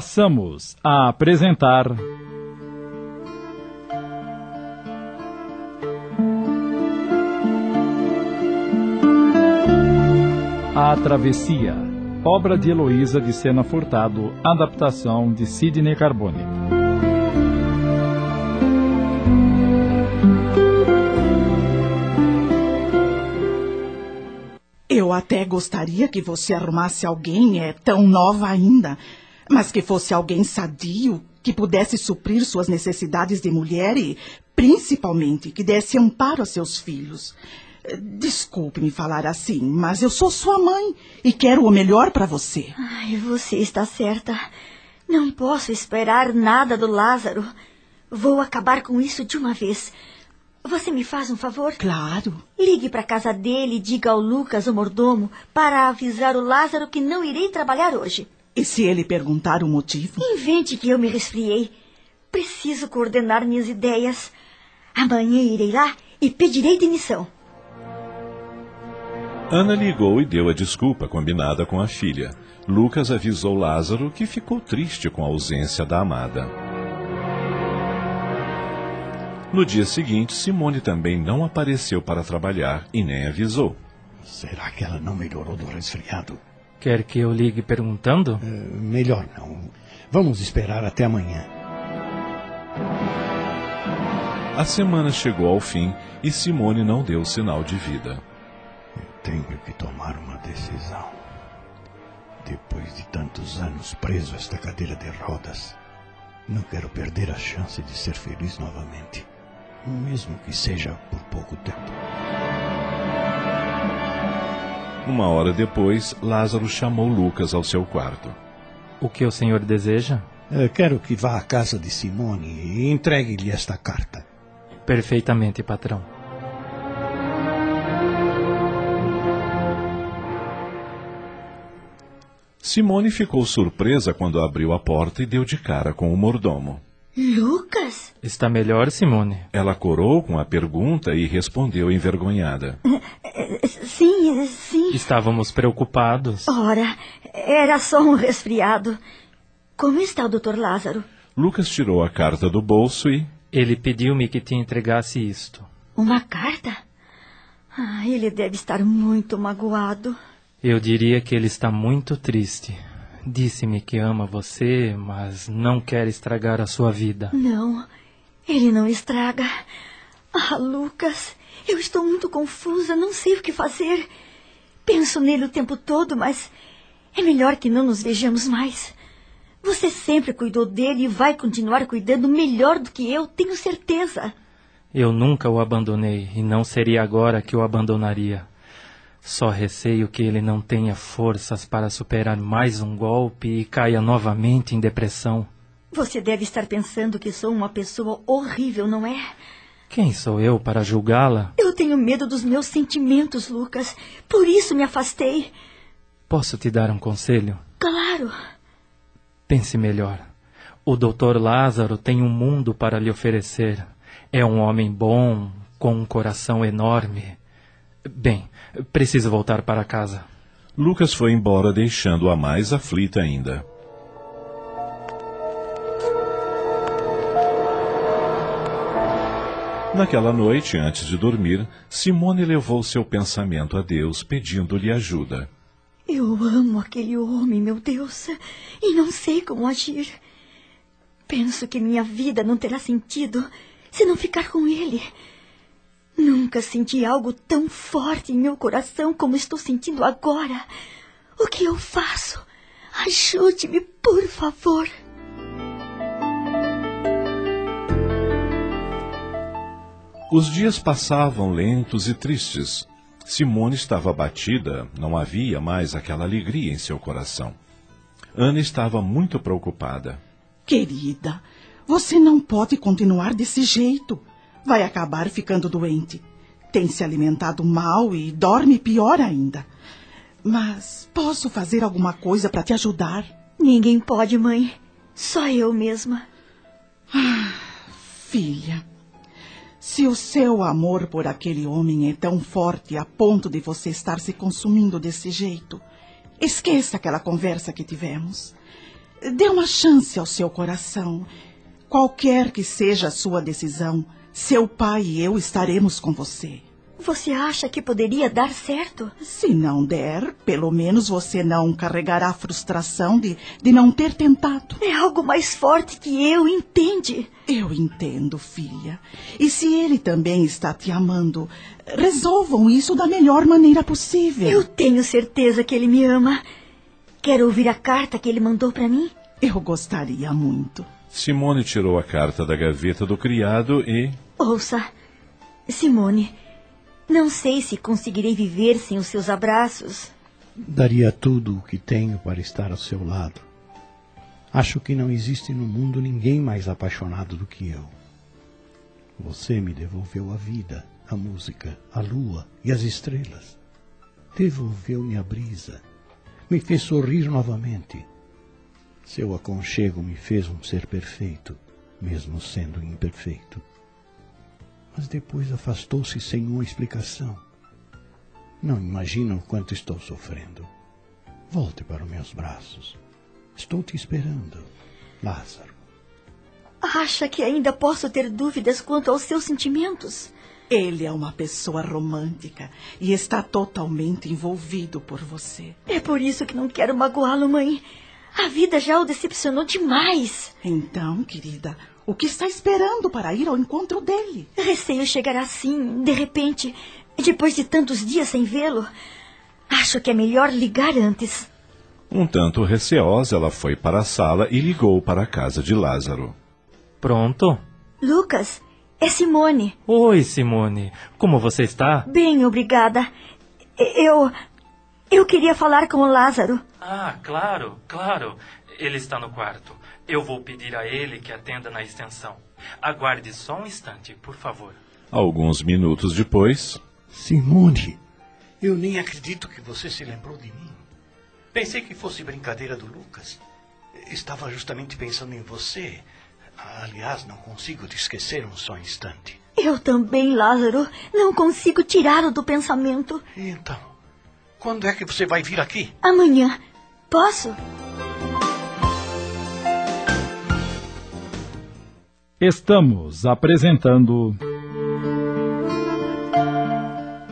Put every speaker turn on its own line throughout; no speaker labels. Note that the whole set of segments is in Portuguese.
passamos a apresentar. A Travessia, obra de Heloísa de Sena Furtado, adaptação de Sidney Carbone.
Eu até gostaria que você arrumasse alguém, é tão nova ainda, mas que fosse alguém sadio, que pudesse suprir suas necessidades de mulher e, principalmente, que desse amparo a seus filhos. Desculpe-me falar assim, mas eu sou sua mãe e quero o melhor para você.
Ai, você está certa. Não posso esperar nada do Lázaro. Vou acabar com isso de uma vez. Você me faz um favor?
Claro.
Ligue para a casa dele e diga ao Lucas, o mordomo, para avisar o Lázaro que não irei trabalhar hoje.
E se ele perguntar o motivo?
Invente que eu me resfriei. Preciso coordenar minhas ideias. Amanhã irei lá e pedirei demissão.
Ana ligou e deu a desculpa combinada com a filha. Lucas avisou Lázaro que ficou triste com a ausência da amada. No dia seguinte, Simone também não apareceu para trabalhar e nem avisou.
Será que ela não melhorou do resfriado?
Quer que eu ligue perguntando?
Eh, melhor não. Vamos esperar até amanhã.
A semana chegou ao fim e Simone não deu sinal de vida.
Eu tenho que tomar uma decisão. Depois de tantos anos preso a esta cadeira de rodas, não quero perder a chance de ser feliz novamente, mesmo que seja por pouco tempo.
Uma hora depois, Lázaro chamou Lucas ao seu quarto.
O que o senhor deseja?
Eh, quero que vá à casa de Simone e entregue-lhe esta carta.
Perfeitamente, patrão.
Simone ficou surpresa quando abriu a porta e deu de cara com o mordomo.
Lucas?
Está melhor, Simone?
Ela corou com a pergunta e respondeu envergonhada.
Sim, sim.
Estávamos preocupados.
Ora, era só um resfriado. Como está o Dr. Lázaro?
Lucas tirou a carta do bolso e.
Ele pediu-me que te entregasse isto.
Uma carta? Ah, ele deve estar muito magoado.
Eu diria que ele está muito triste. Disse-me que ama você, mas não quer estragar a sua vida.
Não, ele não estraga. Ah, Lucas, eu estou muito confusa, não sei o que fazer. Penso nele o tempo todo, mas é melhor que não nos vejamos mais. Você sempre cuidou dele e vai continuar cuidando melhor do que eu, tenho certeza.
Eu nunca o abandonei e não seria agora que o abandonaria. Só receio que ele não tenha forças para superar mais um golpe e caia novamente em depressão.
Você deve estar pensando que sou uma pessoa horrível, não é?
Quem sou eu para julgá-la?
Eu tenho medo dos meus sentimentos, Lucas. Por isso me afastei.
Posso te dar um conselho?
Claro.
Pense melhor. O Dr. Lázaro tem um mundo para lhe oferecer. É um homem bom, com um coração enorme. Bem, preciso voltar para casa.
Lucas foi embora, deixando-a mais aflita ainda. Naquela noite, antes de dormir, Simone levou seu pensamento a Deus, pedindo-lhe ajuda.
Eu amo aquele homem, meu Deus, e não sei como agir. Penso que minha vida não terá sentido se não ficar com ele. Nunca senti algo tão forte em meu coração como estou sentindo agora. O que eu faço? Ajude-me, por favor.
Os dias passavam lentos e tristes. Simone estava abatida, não havia mais aquela alegria em seu coração. Ana estava muito preocupada.
Querida, você não pode continuar desse jeito. Vai acabar ficando doente. Tem se alimentado mal e dorme pior ainda. Mas posso fazer alguma coisa para te ajudar?
Ninguém pode, mãe. Só eu mesma.
Filha, se o seu amor por aquele homem é tão forte a ponto de você estar se consumindo desse jeito, esqueça aquela conversa que tivemos. Dê uma chance ao seu coração. Qualquer que seja a sua decisão, seu pai e eu estaremos com você.
Você acha que poderia dar certo?
Se não der, pelo menos você não carregará a frustração de, de não ter tentado.
É algo mais forte que eu, entende?
Eu entendo, filha. E se ele também está te amando, resolvam isso da melhor maneira possível.
Eu tenho certeza que ele me ama. Quer ouvir a carta que ele mandou para mim?
Eu gostaria muito.
Simone tirou a carta da gaveta do criado e.
Ouça, Simone, não sei se conseguirei viver sem os seus abraços.
Daria tudo o que tenho para estar ao seu lado. Acho que não existe no mundo ninguém mais apaixonado do que eu. Você me devolveu a vida, a música, a lua e as estrelas. Devolveu-me a brisa. Me fez sorrir novamente. Seu aconchego me fez um ser perfeito, mesmo sendo imperfeito mas depois afastou-se sem uma explicação. Não imaginam quanto estou sofrendo. Volte para os meus braços. Estou te esperando, Lázaro.
Acha que ainda posso ter dúvidas quanto aos seus sentimentos?
Ele é uma pessoa romântica e está totalmente envolvido por você.
É por isso que não quero magoá-lo, mãe. A vida já o decepcionou demais.
Então, querida, o que está esperando para ir ao encontro dele?
Receio chegar assim, de repente, depois de tantos dias sem vê-lo. Acho que é melhor ligar antes.
Um tanto receosa, ela foi para a sala e ligou para a casa de Lázaro.
Pronto?
Lucas, é Simone.
Oi, Simone. Como você está?
Bem, obrigada. Eu. Eu queria falar com o Lázaro.
Ah, claro, claro. Ele está no quarto. Eu vou pedir a ele que atenda na extensão. Aguarde só um instante, por favor.
Alguns minutos depois.
Simone, eu nem acredito que você se lembrou de mim. Pensei que fosse brincadeira do Lucas. Estava justamente pensando em você. Aliás, não consigo te esquecer um só instante.
Eu também, Lázaro. Não consigo tirá-lo do pensamento.
Então, quando é que você vai vir aqui?
Amanhã. Posso?
Estamos apresentando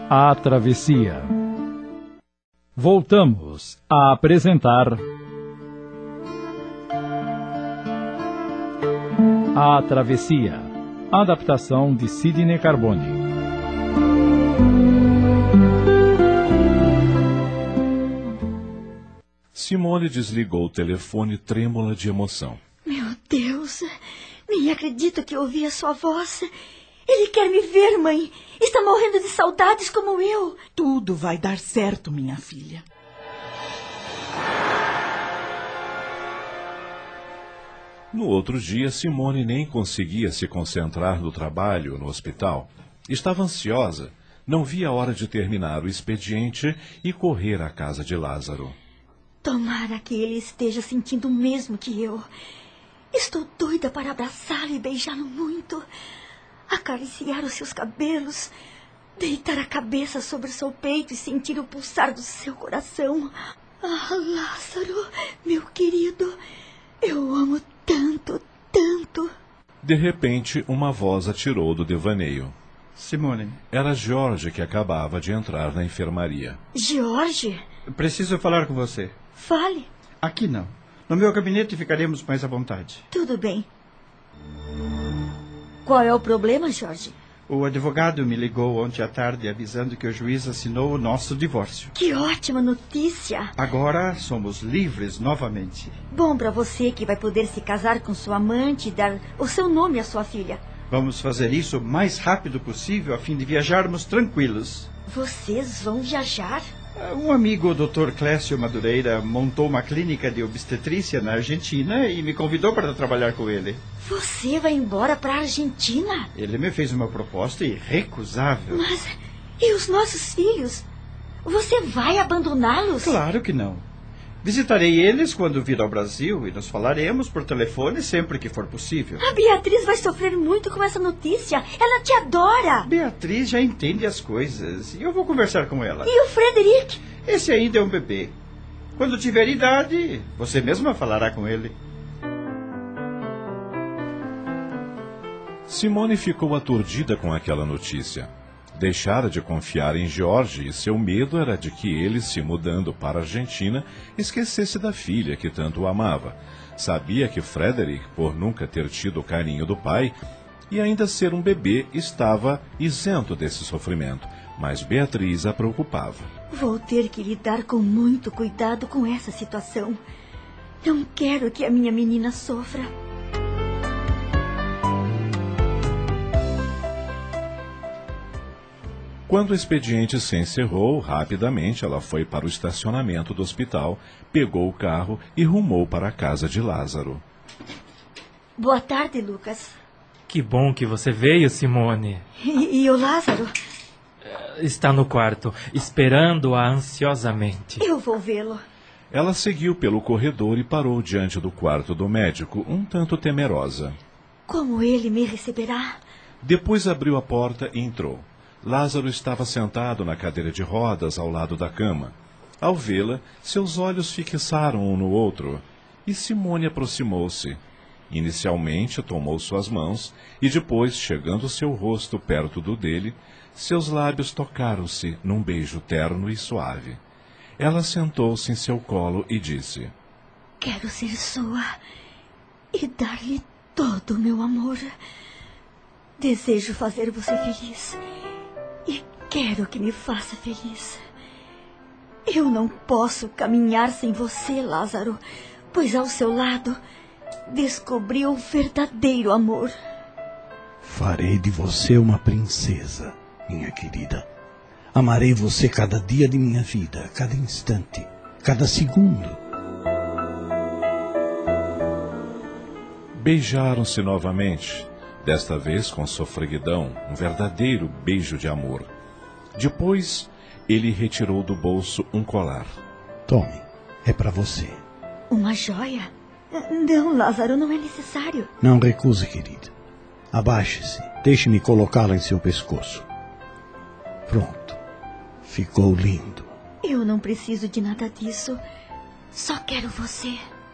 A Travessia. Voltamos a apresentar A Travessia, adaptação de Sidney Carbone.
Simone desligou o telefone trêmula de emoção.
Meu Deus, nem acredito que ouvi a sua voz. Ele quer me ver, mãe. Está morrendo de saudades como eu.
Tudo vai dar certo, minha filha.
No outro dia, Simone nem conseguia se concentrar no trabalho no hospital. Estava ansiosa. Não via a hora de terminar o expediente e correr à casa de Lázaro.
Tomara que ele esteja sentindo o mesmo que eu. Estou doida para abraçá-lo e beijá-lo muito, acariciar os seus cabelos, deitar a cabeça sobre o seu peito e sentir o pulsar do seu coração. Ah, Lázaro, meu querido, eu amo tanto, tanto.
De repente, uma voz atirou do devaneio.
Simone,
Era Jorge que acabava de entrar na enfermaria.
George,
preciso falar com você.
fale.
Aqui não. No meu gabinete ficaremos mais à vontade.
Tudo bem. Qual é o problema, Jorge?
O advogado me ligou ontem à tarde avisando que o juiz assinou o nosso divórcio.
Que ótima notícia!
Agora somos livres novamente.
Bom para você que vai poder se casar com sua amante e dar o seu nome à sua filha.
Vamos fazer isso o mais rápido possível a fim de viajarmos tranquilos.
Vocês vão viajar?
Ah, Um amigo, o Dr. Clécio Madureira, montou uma clínica de obstetrícia na Argentina e me convidou para trabalhar com ele.
Você vai embora para a Argentina?
Ele me fez uma proposta irrecusável.
Mas e os nossos filhos? Você vai abandoná-los?
Claro que não. Visitarei eles quando vir ao Brasil e nos falaremos por telefone sempre que for possível.
A Beatriz vai sofrer muito com essa notícia. Ela te adora.
Beatriz já entende as coisas e eu vou conversar com ela.
E o Frederic?
Esse ainda é um bebê. Quando tiver idade, você mesma falará com ele.
Simone ficou aturdida com aquela notícia. Deixara de confiar em Jorge e seu medo era de que ele, se mudando para a Argentina, esquecesse da filha que tanto o amava. Sabia que Frederick, por nunca ter tido o carinho do pai e ainda ser um bebê, estava isento desse sofrimento, mas Beatriz a preocupava.
Vou ter que lidar com muito cuidado com essa situação. Não quero que a minha menina sofra.
Quando o expediente se encerrou, rapidamente ela foi para o estacionamento do hospital, pegou o carro e rumou para a casa de Lázaro.
Boa tarde, Lucas.
Que bom que você veio, Simone.
E, e o Lázaro?
Está no quarto, esperando-a ansiosamente.
Eu vou vê-lo.
Ela seguiu pelo corredor e parou diante do quarto do médico, um tanto temerosa.
Como ele me receberá?
Depois abriu a porta e entrou. Lázaro estava sentado na cadeira de rodas ao lado da cama. Ao vê-la, seus olhos fixaram um no outro e Simone aproximou-se. Inicialmente tomou suas mãos e depois, chegando seu rosto perto do dele, seus lábios tocaram-se num beijo terno e suave. Ela sentou-se em seu colo e disse:
Quero ser sua e dar-lhe todo o meu amor. Desejo fazer você feliz e quero que me faça feliz. Eu não posso caminhar sem você, Lázaro, pois ao seu lado descobri o verdadeiro amor.
Farei de você uma princesa, minha querida. Amarei você cada dia de minha vida, cada instante, cada segundo.
Beijaram-se novamente, desta vez com sofreguidão, um verdadeiro beijo de amor. Depois, ele retirou do bolso um colar.
Tome, é para você.
Uma joia? Não, Lázaro, não é necessário.
Não recuse, querida. Abaixe-se, deixe-me colocá-la em seu pescoço. Pronto. Ficou lindo.
Eu não preciso de nada disso. Só quero você.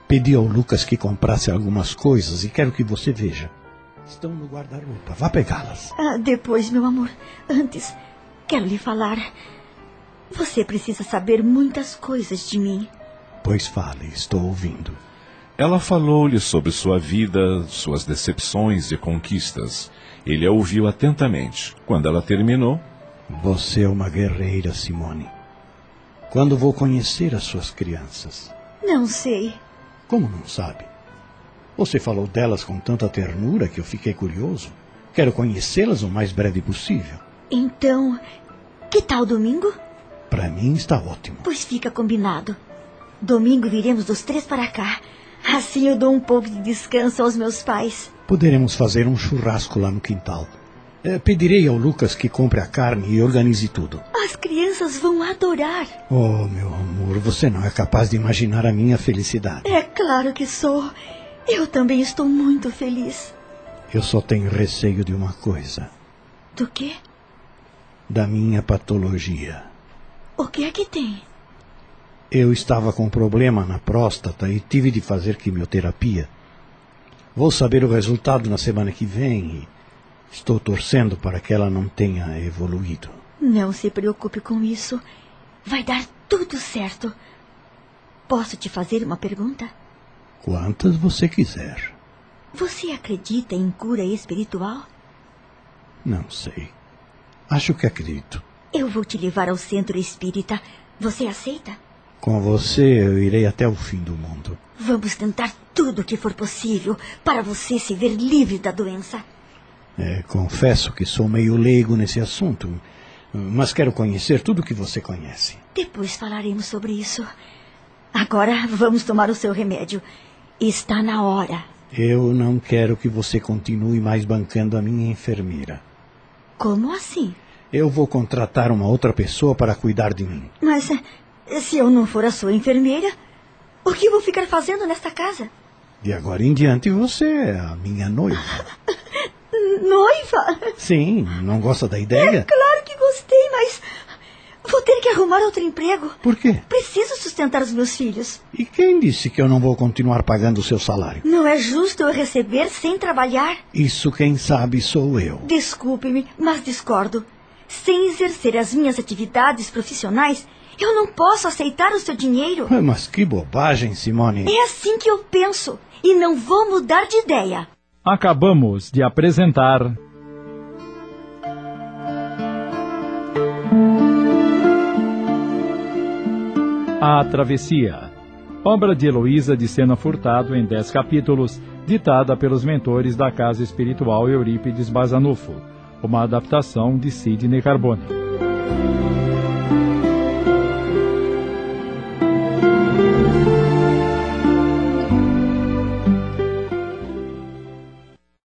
Pedi ao Lucas que comprasse algumas coisas e quero que você veja. Estão no guarda-roupa. Vá pegá-las.
Ah, depois, meu amor. Antes, quero lhe falar. Você precisa saber muitas coisas de mim.
Pois fale, estou ouvindo.
Ela falou-lhe sobre sua vida, suas decepções e conquistas. Ele a ouviu atentamente. Quando ela terminou,
você é uma guerreira, Simone. Quando vou conhecer as suas crianças?
Não sei.
Como não sabe? Você falou delas com tanta ternura que eu fiquei curioso. Quero conhecê-las o mais breve possível.
Então, que tal domingo?
Para mim está ótimo.
Pois fica combinado. Domingo viremos os três para cá. Assim eu dou um pouco de descanso aos meus pais.
Poderemos fazer um churrasco lá no quintal. É, pedirei ao Lucas que compre a carne e organize tudo.
As crianças vão adorar.
Oh, meu amor, você não é capaz de imaginar a minha felicidade.
É claro que sou. Eu também estou muito feliz.
Eu só tenho receio de uma coisa:
Do quê?
da minha patologia.
O que é que tem?
Eu estava com um problema na próstata e tive de fazer quimioterapia. Vou saber o resultado na semana que vem e estou torcendo para que ela não tenha evoluído.
Não se preocupe com isso. Vai dar tudo certo. Posso te fazer uma pergunta?
Quantas você quiser.
Você acredita em cura espiritual?
Não sei. Acho que acredito.
Eu vou te levar ao centro espírita. Você aceita?
Com você eu irei até o fim do mundo.
Vamos tentar tudo o que for possível para você se ver livre da doença.
É, confesso que sou meio leigo nesse assunto, mas quero conhecer tudo o que você conhece.
Depois falaremos sobre isso. Agora vamos tomar o seu remédio. Está na hora.
Eu não quero que você continue mais bancando a minha enfermeira.
Como assim?
Eu vou contratar uma outra pessoa para cuidar de mim.
Mas eh, se eu não for a sua enfermeira, o que vou ficar fazendo nesta casa?
De agora em diante você é a minha noiva.
Noiva?
Sim, não gosta da ideia?
É Claro que gostei, mas Vou ter que arrumar outro emprego.
Por quê?
Preciso sustentar os meus filhos.
E quem disse que eu não vou continuar pagando o seu salário?
Não é justo eu receber sem trabalhar.
Isso quem sabe sou eu.
Desculpe-me, mas discordo. Sem exercer as minhas atividades profissionais, eu não posso aceitar o seu dinheiro.
Ah, Mas que bobagem, Simone.
É assim que eu penso e não vou mudar de ideia.
Acabamos de apresentar A Travessia, obra de Heloísa de Sena Furtado em 10 capítulos, ditada pelos mentores da Casa Espiritual Eurípides Bazanufo, uma adaptação de Sidney Carbone.